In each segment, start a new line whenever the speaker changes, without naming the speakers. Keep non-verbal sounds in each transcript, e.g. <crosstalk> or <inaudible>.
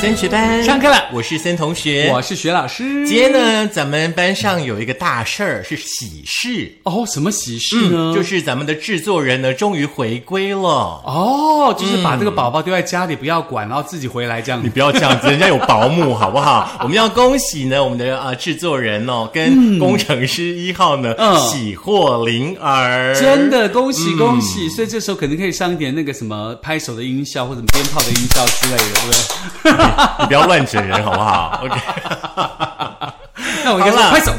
森学班
上课了
我是森同学。
我是学老师。
今天哎呢，咱们班上有一个大事儿，是喜事，嗯
哦，什么喜事呢？
就是咱们的制作人呢，终于回归了。
哦，就是把这个宝宝丢在家里不要管，然后自己回来这样
你。不要这样子，人家有保姆，好不
<laughs>
好？我们要恭喜呢，我们的啊、呃制作人哦，跟工程师一号呢，
嗯
喜获麟儿，
真。的恭喜恭
嗯
喜！所以这时候可能可以上一点那个什么拍手的音效或者鞭炮的音效之类的，对不对？
你不要乱整人，好不
<laughs>
好？OK。
那我应该说
好啦
拍手，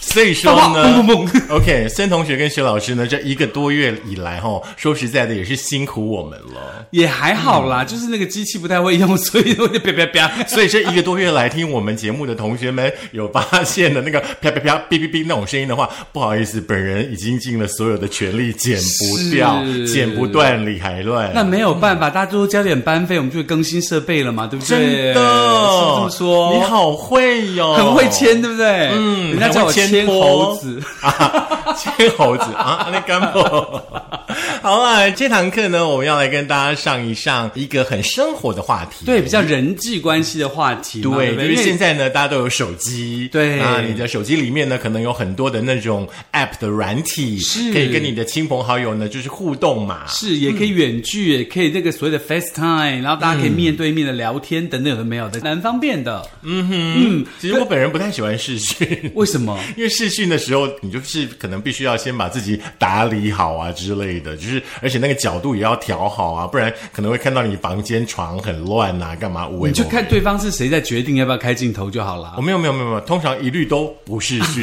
所以说
棒
呢
棒蹦蹦蹦
，OK，森同学跟薛老师呢，这一个多月以来哈、哦，说实在的也是辛苦我们了。
也还好
嗯
啦，就是那个机器不太会用，所以我就啪啪啪。
所以这一个多月来听我们节目的同学们，有发现的那个啪啪啪、哔哔哔那种声音的话，不好意思，本人已经尽了所有的全力，剪不掉、
是
剪不断、理还乱。
那没有办法，大家多交点班费，我们就会更新设备了嘛，对不对？
真的，
是不是这么说？
你好会哟、
很会牵，对不对？
嗯
人家叫我牵猴子。
啊，牵猴子啊，那干不？好啊，这堂课呢，我们要来跟大家上一上一个很生活的话题。
对，比较人际关系的话题嘛，
对，
对不
因为
因为
现在呢，大家都有手机，
对
啊，你的手机里面呢，可能有很多的那种 App 的软体，
是
可以跟你的亲朋好友呢，就是互动嘛。
是也
嗯
可以远距，也可以那个所谓的 FaceTime，然后大家可以面对面的聊天等等，有的没有的，蛮方便的。
<laughs> 嗯，其实我本人不太喜欢视讯。
为什么？
因为试训的时候，你就是可能必须要先把自己打理好啊之类的，就是而且那个角度也要调好啊，不然可能会看到你房间床很乱呐、干嘛无为
你就
不为
看对方是谁在决定要不要开镜头就好
我
了。
没有没有没有没有，通常一律都不是
<laughs>
训。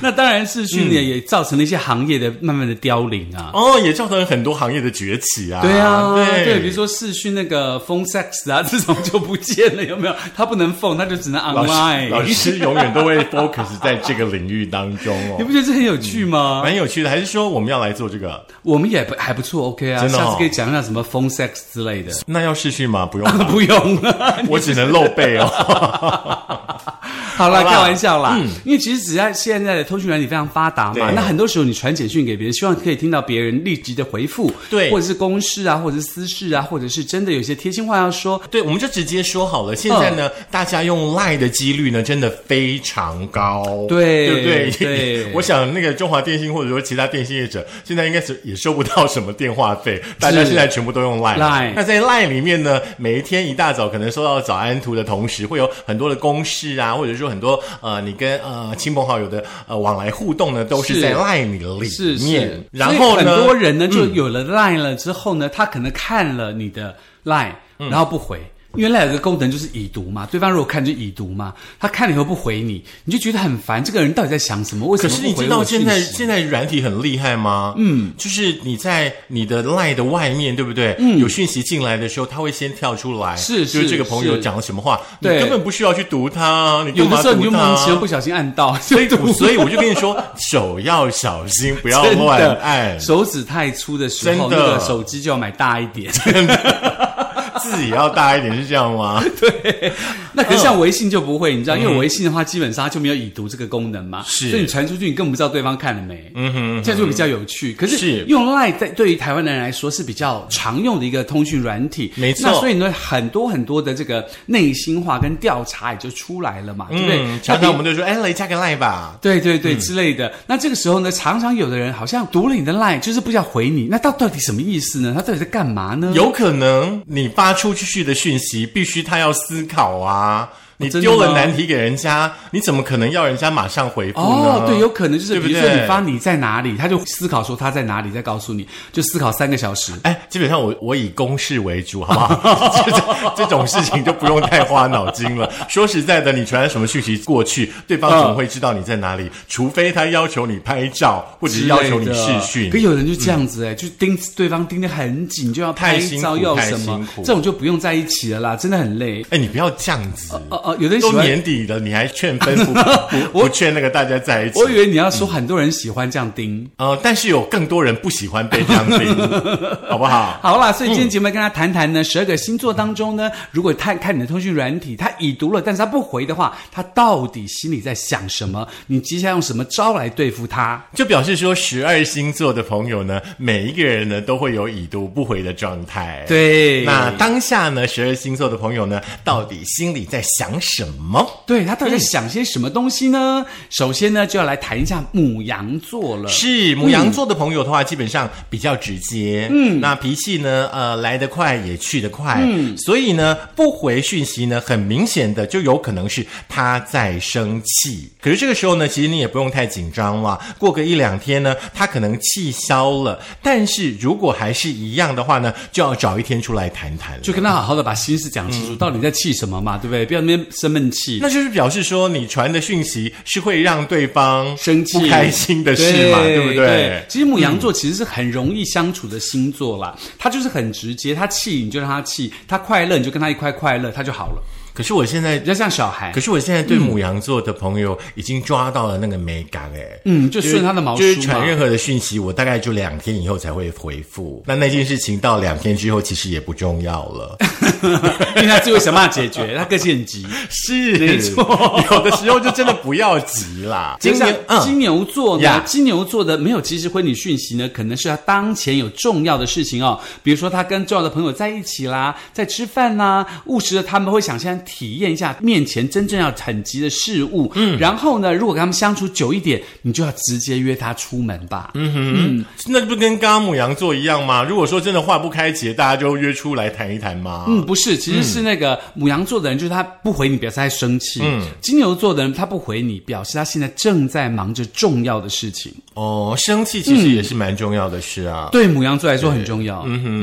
那当然，视讯也也造成了一些行业的慢慢的凋零啊。
嗯哦，也造成很多行业的崛起啊。
对啊，
对
比如说视讯那个 phone sex 啊，这种就不见了，有没有？他不能 phone，他就只能
老师
online。
老师永远都会 focus 在这个领域当中
你 <laughs>
哦，
不觉得这很有趣吗？
蛮有趣的。还是说我们要来做这个？
我们也不还不错，OK 啊，
真的哦
下次可以讲一下什么 phone sex 之类的。，
那要试训吗？ <laughs> 不用吧
不用了，
我只能露背哦。
好啦，
好啦嗯
开玩笑啦。因为其实只要现在的通讯软体非常发达嘛，
对
那很多时候你传简讯给别人，希望可以听到别人立即的回复，
对
或者是公事啊，或者是私事啊，或者是真的有一些贴心话要说。
对，我们就直接说好了。现在呢，大家用赖的几率呢，真的非常高，
对
对不对？<laughs>
对
我想那个中华电信或者说其他电信业者，现在应该是也收不到什么电话费，大家现在全部都用赖。
Line
那在赖里面呢，每一天一大早可能收到早安图的同时，会有很多的公式啊，或者说很多呃，你跟呃亲朋好友的呃往来互动呢，都是
是
在赖里面。
是是，
然后
所以
呢，
很多人呢就有了 Line 了之后呢，他可能看了你的 Line，然
嗯
后不回。因为 Line 有个功能就是已读嘛，对方如果看就已读嘛，他看了以后不回你，你就觉得很烦，这个人到底在想什么？为什
可
么
是你知
不回
道
我
现
讯
在
息？
现在软体很厉害吗？嗯，就是你在你的 line 的外面，对不对？嗯，有讯息进来的时候，它会先跳出来，
是
就是
是
这个朋友讲了什么话，你
对
根本不需要去读它，你
有
干
的
嘛
时候你就
读
莫名其妙
它？
不小心按到，所以
我 <laughs> 所以我就跟你说， <laughs> 手要小心，不要
真的
乱
<laughs>
按，
手指太粗的时
真
候，
的
那个手机就要买大一
<laughs>
点。
字也要大一点，是这样吗？
那可是像微信就不会，你知道，因为微信的话，基本上它就没有已读这个功能嘛，
嗯是
所以你传出去，你根本不知道对方看了没。嗯哼，这样就比较有趣。可
是
是用 Line 在对于台湾人来说是比较常用的一个通讯软体，
没错
那所以呢，很多很多的这个内心话跟调查也就出来了嘛，对不对？
嗯，
那
常
比
常我们就说，哎，来加个 line 吧。
对对
嗯
对、之类的。那这个时候呢，常常有的人好像读了你的 Line 就是不想回你，那到到底什么意思呢？他到底在干嘛呢？
有可能你发出去的讯息，必须他要思考啊。你
哦真的
丢了
吗
难题给人家，你怎么可能要人家马上回复呢？
哦，对，有可能就是
啊对不
比如说
对
你发你在哪里，他就思考说他在哪里，再告诉你，就思考三个小时。
哎，基本上我我以公事为主，好不好？这 <laughs> 种这种事情就不用太花脑筋了。说实在的，你传什么讯息过去，对
嗯
方怎么会知道你在哪里？除非他要求你拍照，或者是要求你视
之类的可
讯。
有人就这样子哎、就盯对方盯得很紧，就要拍
太辛苦
照要
太
什
辛
么
苦，
这种就不用在一起了啦，真的很累。
哎，你不要这样子。
哦哦哦，有的人喜
都
欢。
年底了，你还劝分
<laughs>
不不不劝那个大家在一起
我？以为你要说很多人喜欢这样盯。
呃，但是有更多人不喜欢被这样盯， <laughs> 好不好？
好啦，所以今天节目跟大家谈谈呢，十二个星座当中呢，如果看看你的通讯软体，他已读了，但是他不回的话，他到底心里在想什么？你接下来用什么招来对付他？
就表示说，十二星座的朋友呢，每一个人呢都会有已读不回的状态。。
对，
那当下呢，十二星座的朋友呢，到底心里在想什么？
对他到底在想些什么东西呢？首先呢，就要来谈一下母羊座
嗯
了。
是母羊座的朋友的话，基本上比较直接，嗯，那脾气呢，呃，来得快也去得快，嗯，所以呢，不回讯息呢，很明显的就有可能是他在生气。可是这个时候呢，其实你也不用太紧张啦，过个一两天呢，他可能气消了，但是如果还是一样的话呢，就要找一天出来谈谈了。
就跟他好好的把心事讲
嗯
清楚，到底在气什么嘛，对不对？不要那边生闷气。
那就是表示说，你传的讯息是会让对方
生气、
不开心的事嘛，对嗯不对？
其实母羊座其实是很容易相处的星座啦，他就是很直接，他气你就让他气，他快乐你就跟他一块快乐，他就好了，
可是我现在
比较像小孩
可。是我现
嗯
在对母羊座的朋友已经抓到了那个美感哎，
嗯，就顺他的毛
就是
梳嘛
传。任何的讯息，我大概就两天以后才会回复。那那件事情到两天之后，其实也不重要
<laughs>
了。
因为他最会想办法解决，他个性很急。
是，
没错，
有的时候就真的不要急
<laughs>
啦。
金
今
牛
年，嗯。
金牛座呢
呀
金牛座的没有及时回你讯息呢，可能是他当前有重要的事情哦，比如说他跟重要的朋友在一起啦，在吃饭啦，务实的他们会想先体验一下面前真正要很急的事物，嗯，然后呢，如果跟他们相处久一点，你就要直接约他出门吧，嗯，
嗯，那不跟刚刚母羊座一样吗？如果说真的话不开结，大家就约出来谈一谈吗？
嗯不是，其实是那个母羊座的人，就是他不回你，表示他在生气，嗯，金牛座的人他不回你，表示他现在正在忙着重要的事情，
哦，生气其实也是蛮重要的事啊。
对母羊座来说很重要，哦嗯。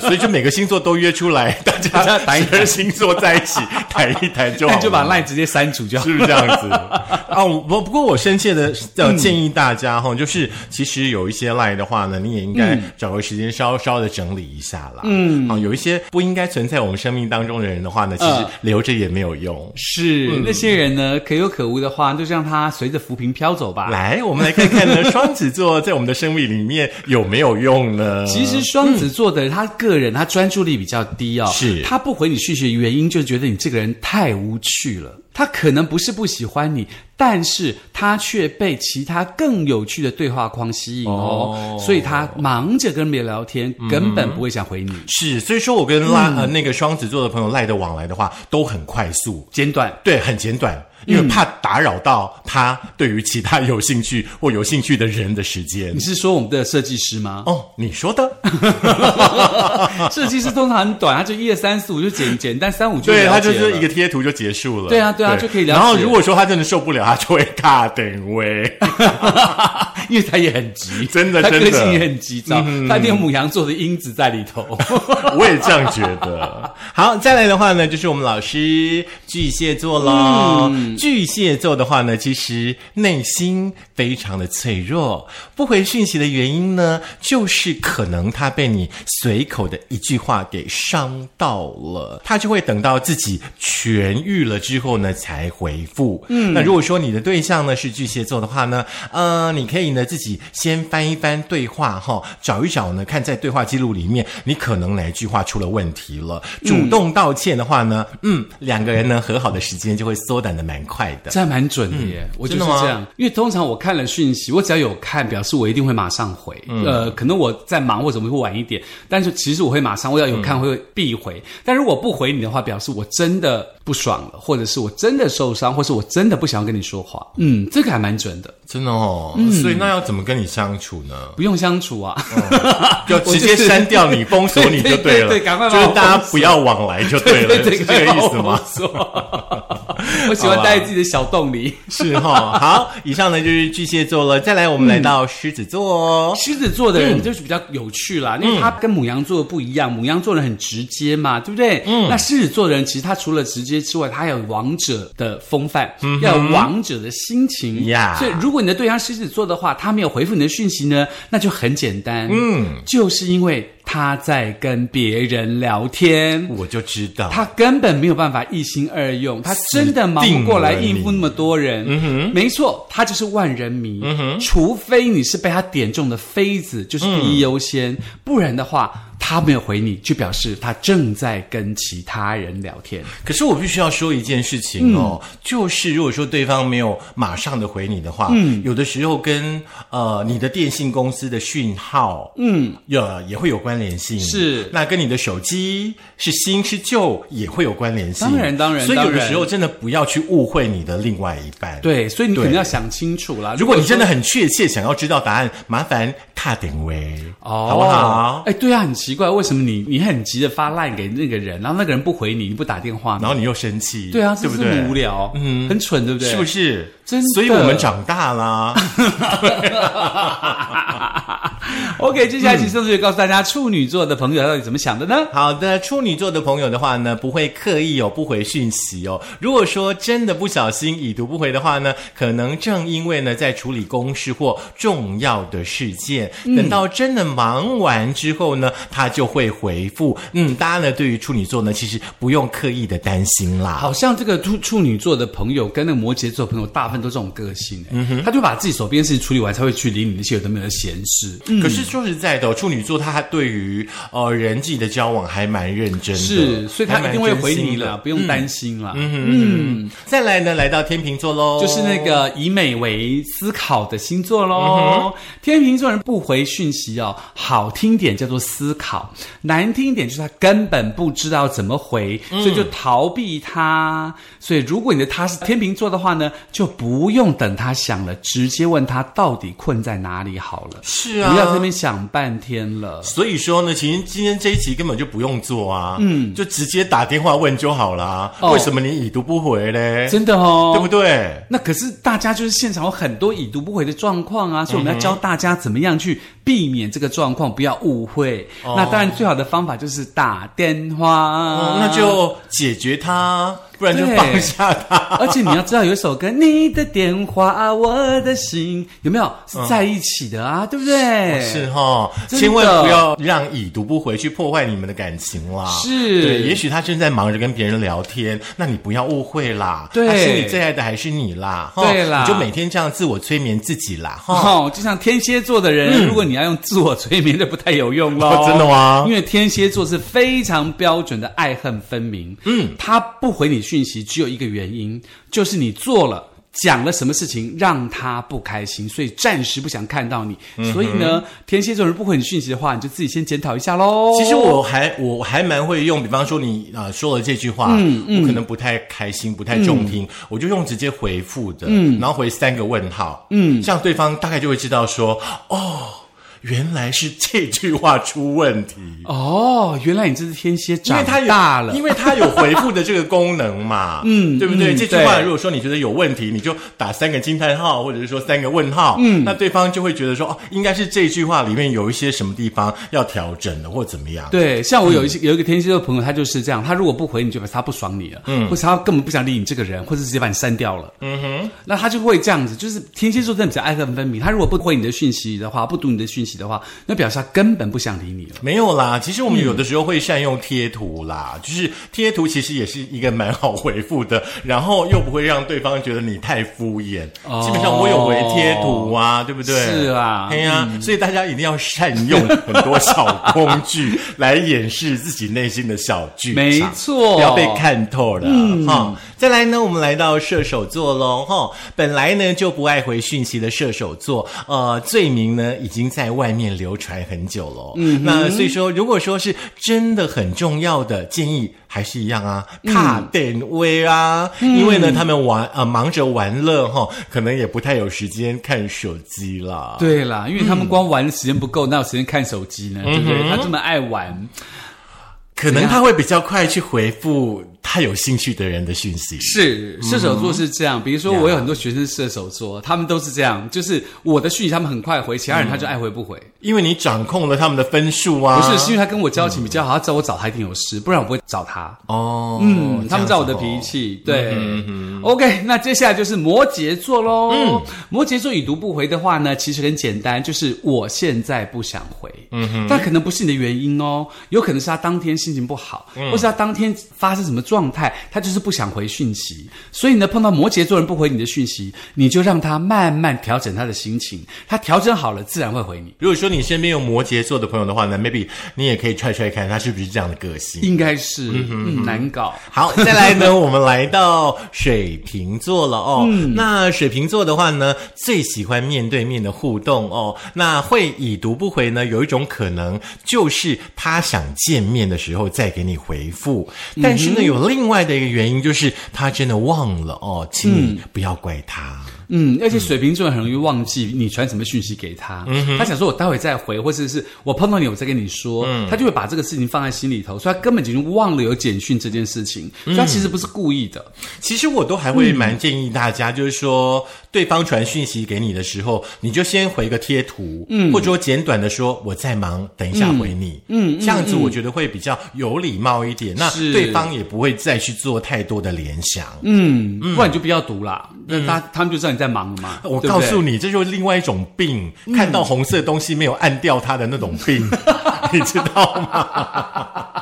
所以就每个星座都约出来，大
<laughs>
家十二星座在一起谈一谈就好
那
了，
就把赖直接删除就好。
<laughs> 是不是这样子？嗯啊，我不不过我深切的要建议大家哈、就是其实有一些赖的话呢，你也应该找个时间稍稍的整理一下啦。嗯，啊，有一些不应该存在我们生命当中的人的话呢，其实
嗯
留着也没有用。
是、
嗯
那些人呢，可有可无的话，就让它随着浮萍飘走吧。
来，我们来看看 <laughs> 呢，双子座在我们的生命里面有没有用呢？
其实双子座的人，他个人他专注力比较低哦，
嗯是
他不回你讯息的原因，就是觉得你这个人太无趣了。他可能不是不喜欢你，但是他却被其他更有趣的对话框吸引哦，所以他忙着跟别人聊天，
嗯
根本不会想回你。
是，所以说我跟赖、呃那个双子座的朋友赖的往来的话，都很快速，
简短，
对，很简短，因为怕打扰到他对于其他有兴趣或有兴趣的人的时间
你。是说我们的设计
<laughs>
师吗？
哦，你说的，
设计师通常很短，他就一二三四五就简简单，三五就
对
了
他
解
就是
了
一个贴图就结束了。
对啊对啊就可以了解
然后如果说他真的受不了，他 <laughs> 就会大等 <laughs> 位。
因为他也很急，
真的
<laughs> 他
真的
个性也很急躁，他一定有母羊座的因子在里头。
我也这样觉得。 <laughs> 好，再来的话呢，就是我们老师巨蟹座喽。巨蟹座的话呢，其实内心非常的脆弱，不回讯息的原因呢，就是可能他被你随口的一句话给伤到了，他就会等到自己痊愈了之后呢才回复。嗯，那如果说你的对象呢是巨蟹座的话呢，呃，你可以呢自己先翻一翻对话哈、找一找呢，看在对话记录里面，你可能哪一句话出了问题了。
嗯
主动道歉的话呢，嗯，两个人呢和好的时间就会缩短的蛮快的。
<laughs> 这还蛮准的耶，我就是这
真的
样。嗯因为通常我看了讯息，我只要有看，表示我一定会马上回。呃，可能我在忙或怎么会晚一点，但是其实我会马上，我要有看会必回。但如果不回你的话，表示我真的不爽了，或者是我真的受伤，或是我真的不想要跟你说话。嗯，这个还蛮准的，
真的哦，
嗯
所以那要怎么跟你相处呢？
不用相处啊。
就直接删掉
<laughs>
你，封锁你就了。
对对对赶快把
就
我
是大家不要往来就对
<laughs>
了，是这个意思吗？？
我喜欢待在自己的小洞里。
是哈、好，以上呢就是巨蟹座了，再来我们来
嗯
到狮子座哦。
狮子座的人就是比较有趣啦，因为他跟母羊座的不一样，母羊座的人很直接嘛，对不对？嗯。那狮子座的人其实他除了直接之外，他还有王者的风范，要有王者的心情
呀
所以如果你的对象狮子座的话，他没有回复你的讯息呢，那就很简单，嗯，就是因为。他在跟别人聊天。
我就知道，
他根本没有办法一心二用，他真的忙不过来应付那么多人。
嗯
没错，他就是万人迷。除非你是被他点中的妃子，就是第一优
嗯
先，不然的话。他没有回你，就表示他正在跟其他人聊天。
可是我必须要说一件事情哦，
嗯
就是如果说对方没有马上的回你的话，嗯，有的时候跟呃你的电信公司的讯号，嗯，呃也会有关联性，
是
那跟你的手机是新是旧也会有关联性，
当然当然
所以有
当
的
然
时候真的不要去误会你的另外一半，。
对，所以你肯定
对
要想清楚啦。
如果你真的很确切想要知道答案，麻烦踏点位，
哦，
好不好？
哎，对啊，很奇怪，为什么你你很急着发烂给那个人，然后那个人不回你，你不打电话
然
呢？
后你又生气，
对啊，
对
这
不
是
对？
很无聊，嗯，很蠢，对不对？
是不？是？
真的
所以我们长大啦。 <laughs>
OK，接下来请宋
嗯
同学告诉大家，处女座的朋友到底怎么想的呢？
好的，处女座的朋友的话呢，不会刻意哦不回讯息哦。如果说真的不小心已读不回的话呢，可能正因为呢在处理公事或重要的事件，
嗯
等到真的忙完之后呢，他就会回复。嗯，大家呢对于处女座呢，其实不用刻意的担心啦。
好像这个处处女座的朋友跟那个摩羯座的朋友，大部分都这种个性、
嗯
欸，他就把自己手边的事情处理完，才会去理你那些有的没有的闲事。
可是说实在的哦、处女座他对于呃人际的交往还蛮认真的，
是，所以他
还蛮
一定会
真
回
心
你
的
啦，不用担心啦。
嗯，再来呢，来到天秤座喽，
就是那个以美为思考的星座
嗯
喽。天秤座人不回讯息哦，好听点叫做思考，难听一点就是他根本不知道怎么回，
嗯
所以就逃避他。所以如果你的他是天秤座的话呢，就不用等他想了，直接问他到底困在哪里好了。
是啊，
不要在那边想半天了。
所以说呢，其实今天这一集根本就不用做啊，嗯，就直接打电话问就好啦。
哦
为什么你已读不回嘞？
真的哦，
对不对？
那可是大家就是现场有很多已读不回的状况
嗯
啊，所以我们要教大家怎么样去避免这个状况，不要误会。
哦
那当然最好的方法就是打电话，
嗯，那就解决它，不然就
对
放下它。
<laughs> 而且你要知道有一首歌《你的电话我的心》，有没有是在一起的啊？对不对？
是哈、嗯哦，
真的
千万不要让已读不回去破坏你们的感情啦。
是
对，也许他正在忙着跟别人聊天，那你不要误会啦。
对
他心里最爱的还是你啦。哈
对啦
你就每天这样自我催眠自己啦。哈、
哦，就像天蝎座的人，如果你要用自我催眠，就不太有用喽、
嗯 <laughs> 哦真的吗
因为天蝎座是非常标准的爱恨分明。嗯，他不回你讯息，只有一个原因，就是你做了。讲了什么事情让他不开心，所以暂时不想看到你。
嗯
所以呢，天蝎座人不回你讯息的话，你就自己先检讨一下喽。
其实我还我还蛮会用，比方说你啊、呃说了这句话，嗯嗯，我可能不太开心，不太中听，我就用直接回复的，嗯，然后回三个问号，嗯，这样对方大概就会知道说，哦，原来是这句话出问题。
哦，原来你这是天蝎
因为
长
它有
大了，
因为它有回复的这个功能嘛，嗯，对不对？
<laughs> 嗯
这句话
对
如果说你觉得有问题，你就打三个惊叹号，或者是说三个问号，嗯，那对方就会觉得说，哦，应该是这句话里面有一些什么地方要调整的，或怎么样。
对，嗯像我有一些、有一个天蝎座的朋友，他就是这样，他如果不回你，就表示他不爽你了，嗯，或者他根本不想理你这个人，或者直接把你删掉了，嗯哼，那他就会这样子，就是天蝎座真的比较爱恨分明，他如果不回你的讯息的话，不读你的讯息的话，那表示他根本不想理你了。
没有啦，其实我们有的时候会善用贴图啦，就是贴图其实也是一个蛮好回复的，然后又不会让对方觉得你太敷衍。
哦
基本上我有回贴图啊，对不对？
是嗯啦
对呀、所以大家一定要善用很多小工具来掩饰自己内心的小剧场，
<laughs> 没错
不要被看透了哈、
嗯
再来呢，我们来到射手座喽哈、本来呢就不爱回讯息的射手座，呃，罪名呢已经在外面流传很久了。嗯，那所以说，如果说是真的很重要的建议，还是一样啊，
嗯
卡点位啊，因为呢他们玩呃忙着玩乐哈、可能也不太有时间看手机啦。
对啦，嗯因为他们光玩的时间不够，哪有时间看手机呢？对不对？他这么爱玩，
可能他会比较快去回复他有兴趣的人的讯息。
是嗯射手座是这样，比如说我有很多学生是射手座，他们都是这样，就是我的讯息他们很快回，其他人他就爱回不回。
因为你掌控了他们的分数啊，
不是，是因为他跟我交情比较好，他找我找他一定有事，不然我不会找他。
哦，
嗯，他们知道我的脾气，对。OK，那接下来就是摩羯座喽。嗯，摩羯座已读不回的话呢，其实很简单，就是我现在不想回。嗯哼，但可能不是你的原因哦，有可能是他当天心情不好，或是他当天发生什么状态，他就是不想回讯息。所以呢，碰到摩羯座人不回你的讯息，你就让他慢慢调整他的心情，他调整好了，自然会回你。
如果说你身边有摩羯座的朋友的话呢，maybe 你也可以踹踹看他是不是这样的个性。
应该是，嗯，难搞。 <laughs>
好，再来呢，我们来到水瓶座了哦。
嗯
那水瓶座的话呢，最喜欢面对面的互动哦。那会已读不回呢，有一种可能就是他想见面的时候再给你回复，
嗯
但是呢，有另外的一个原因就是他真的忘了哦，请你不要怪他。
嗯，而且水瓶座很容易忘记你传什么讯息给他，
嗯
他想说我待会再回，或者是我碰到你我再跟你说，
嗯
他就会把这个事情放在心里头，所以他根本就已经忘了有简讯这件事情，
嗯
所以他其实不是故意的。
其实我都还会蛮建议大家，就是说对方传讯息给你的时候，你就先回个贴图，嗯，或者说简短的说我在忙，等一下回你，嗯，这样子我觉得会比较有礼貌一点，那
是
对方也不会再去做太多的联想。
嗯，不然你就不要读啦，那、他他们就知道你在忙了嘛。
嗯我
对不
告
对
诉你，这就是另外一种病，看到红色的东西没有按掉它的那种 <laughs> 病，你知道吗？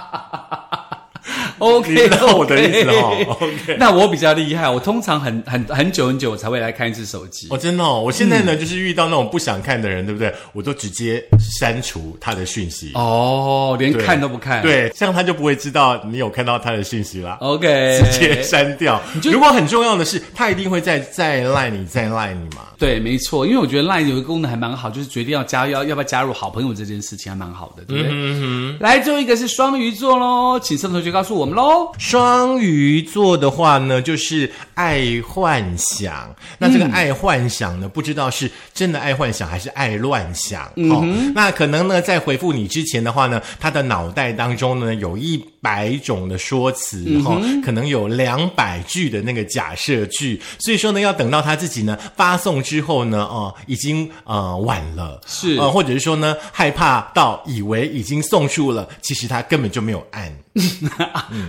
，OK，
你知道我的意思哦
OK 那我比较厉害，我通常很很很久很久我才会来看一次手机。
哦，真的哦，我现在呢，就是遇到那种不想看的人，对不对？我都直接删除他的讯息。
哦，连
对
看都不看。哦
对，这样他就不会知道你有看到他的讯息啦。
，OK，
直接删掉。如果很重要的是，他一定会再再赖你，再赖你嘛。
对，没错，因为我觉得 LINE 有一个功能还蛮好，就是决定要加要要不要加入好朋友这件事情还蛮好的，对不对？来，最后一个是双鱼座喽，请上同学告诉我们喽。
双鱼座的话呢，就是爱幻想。那这个爱幻想呢，不知道是真的爱幻想还是爱乱想、哦。那可能呢，在回复你之前的话呢，他的脑袋当中呢有一百种的说辞哈、哦，可能有两百句的那个假设句，所以说呢，要等到他自己呢发送之后呢，哦，已经呃晚了，
是
呃，或者是说呢，害怕到以为已经送出了，其实他根本就没有按，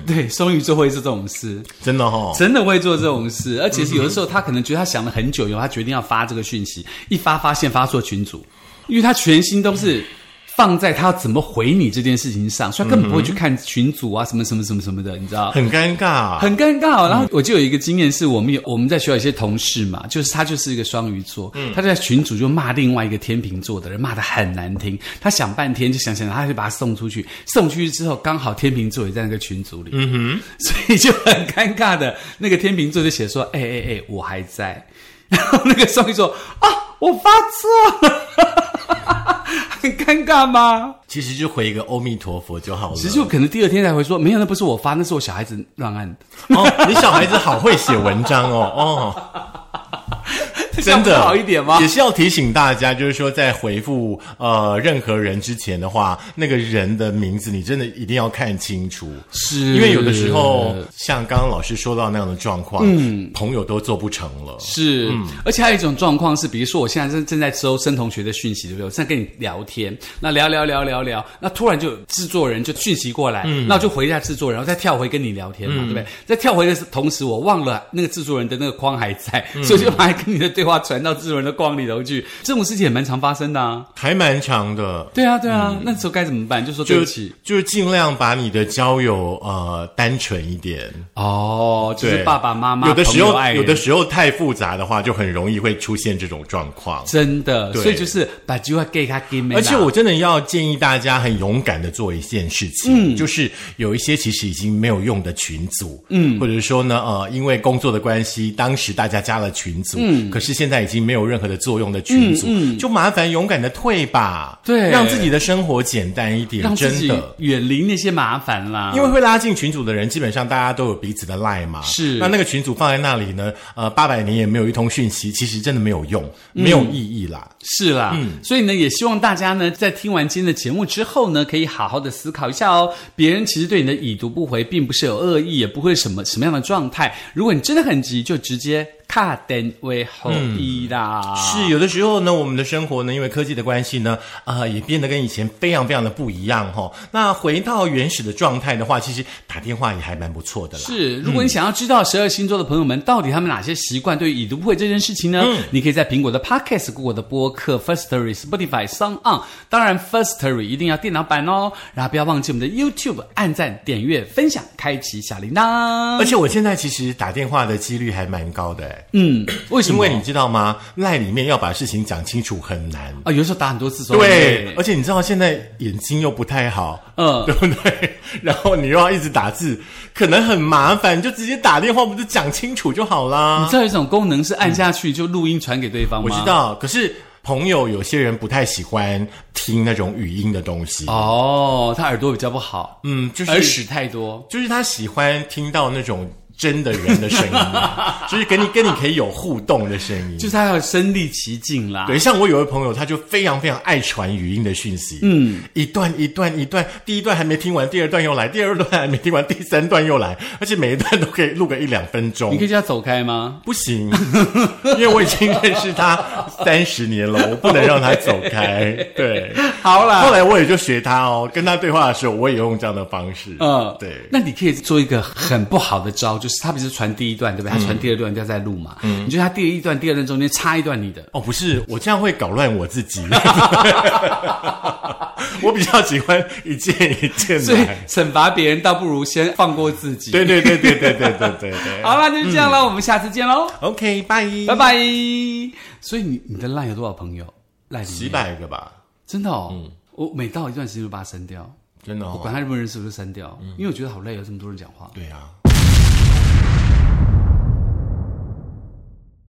对， <laughs> 双鱼座会做这种事，
真的哈、哦。
真的会做这种事，而且是有的时候他可能觉得他想了很久以后，他决定要发这个讯息，一发发现发错群组，因为他全心都是。放在他要怎么回你这件事情上，所以他根本不会去看群组啊，什么什么什么什么的，你知道？
很尴尬，
啊
啊
很尴尬、哦然后我就有一个经验，是我们有我们在学校有一些同事嘛，就是他就是一个双鱼座，他在群组就骂另外一个天秤座的人，骂的很难听。他想半天就想想，他就把他送出去。送出去之后，刚好天秤座也在那个群组里，嗯哼，所以就很尴尬的。那个天秤座就写说：“哎哎哎，我还在。”然后那个双鱼座啊，我发错了，很尴尬吗？
其实就回一个阿弥陀佛就好了。
其实就可能第二天才会说，没有，那不是我发，那是我小孩子乱按。
哦，你小孩子好会写文章哦，
<laughs>
哦，真
这
的
样好一点吗？
也是要提醒大家，就是说在回复呃任何人之前的话，那个人的名字你真的一定要看清楚。
是
因为有的时候，像刚刚老师说到那样的状况，嗯，朋友都做不成了。
是，
嗯
而且还有一种状况是，比如说我现在正正在收申同学的讯息，对不对？我正在跟你聊天，那聊聊聊聊聊，那突然就有制作人就讯息过来，
嗯
那我就回一下制作人，然后再跳回跟你聊天嘛，对不对？在跳回的同时，我忘了那个制作人的那个框还在，
嗯
所以就把跟你的对话传到制作人的框里头去。这种事情也蛮常发生的啊。
还蛮长的。
对啊，对啊，
嗯
那时候该怎么办？就说对不起
就是尽量把你的交友呃单纯一点，
哦，就
对，
是爸爸妈妈
有的时
朋友
候
爱人
有的时候太复杂的话，就很容易会出现这种状况。
真的，
对
所以就是把机会给他给没啦，
而且我真的要建议大家很勇敢的做一件事
嗯
情，就是有一些其实已经没有用的群组，嗯，或者说呢，呃，因为工作的关系，当时大家加了群组，可是是现在已经没有任何的作用的群组，就麻烦勇敢的退吧，
嗯对
让自己的生活简单一点，
让自
真
己
的。
远离那些麻烦啦。
因为会拉进群组的人，基本上大家都有彼此的赖嘛。
是
那那个群组放在那里呢，呃，八百年也没有一通讯息，其实真的没有用，
嗯
没有意义啦。
是啦，
嗯
所以呢，也希望大家呢，在听完今天的节目之后呢，可以好好的思考一下哦。别人其实对你的已读不回，并不是有恶意，也不会什么什么样的状态。如果你真的很急，就直接卡点为后一啦。
嗯是有的时候呢，我们的生活呢，因为科技的关系呢，呃，也变得跟以前非常非常的不一样哈、那回到原始的状态的话，其实打电话也还蛮不错的啦。
是，如果你想要知道十二星座的朋友们到底他们哪些习惯对于已读不回这件事情呢？
嗯
你可以在苹果的 Podcast、Google 的播客、Firstory、Spotify、s o n On，当然 Firstory 一定要电脑版哦。然后不要忘记我们的 YouTube 按赞、点阅、分享、开启小铃铛
而。且我现在其实打电话的几率还蛮高的，哎
嗯，为什
因
么？
为你知道吗？赖里面要把事情讲清楚很难。
啊，有时候打很多次，
对，而且你知道现在眼睛又不太好，
嗯
<laughs> 对不对？然后你又要一直打字，可能很麻烦，你就直接打电话，不就讲清楚就好啦
你。知道有一种功能是按下去就录音传给对方吗？
我知道，可是朋友有些人不太喜欢听那种语音的东西，
哦，他耳朵比较不好，
嗯，就
耳
是
屎太多。
就是他喜欢听到那种真的人的声音啊，
<laughs>
就是跟你跟你可以有互动的声音
就。是他要身临其境啦，
对，像我有位朋友，他就非常非常爱传语音的讯息，嗯，一段一段一段，第一段还没听完，第二段又来，第二段还没听完，第三段又来，而且每一段都可以录个一两分钟
你可。以叫他走开吗？
不行， <laughs> 因为我已经认识他三十年了，我不能让他走开。对，
好啦，
后来我也就学他哦，跟他对话的时候，我也用这样的方式。
嗯，
对。
那你可以做一个很不好的招，就是他不是传第一段，对不对？他传第二段，他再录嘛。嗯，你觉得他第一段、第二段中间插一段你的，
哦，不是，我这样会搞乱我自
<laughs>
己。 <laughs> 我比较喜欢一件一件
所以
来。
惩罚别人，倒不如先放过自己。
嗯对，嗯对对对对对对对对。
好啦，那就这样啦，我们下次见喽，
OK，拜
拜。拜。所以你你的 line 有多少朋友？赖
几百个吧，
真的哦。我每到一段时间就把它删掉，
真的
我
嗯哦。嗯
管他认不认识，我就删掉，因为我觉得好累，有这么多人讲话。
对啊，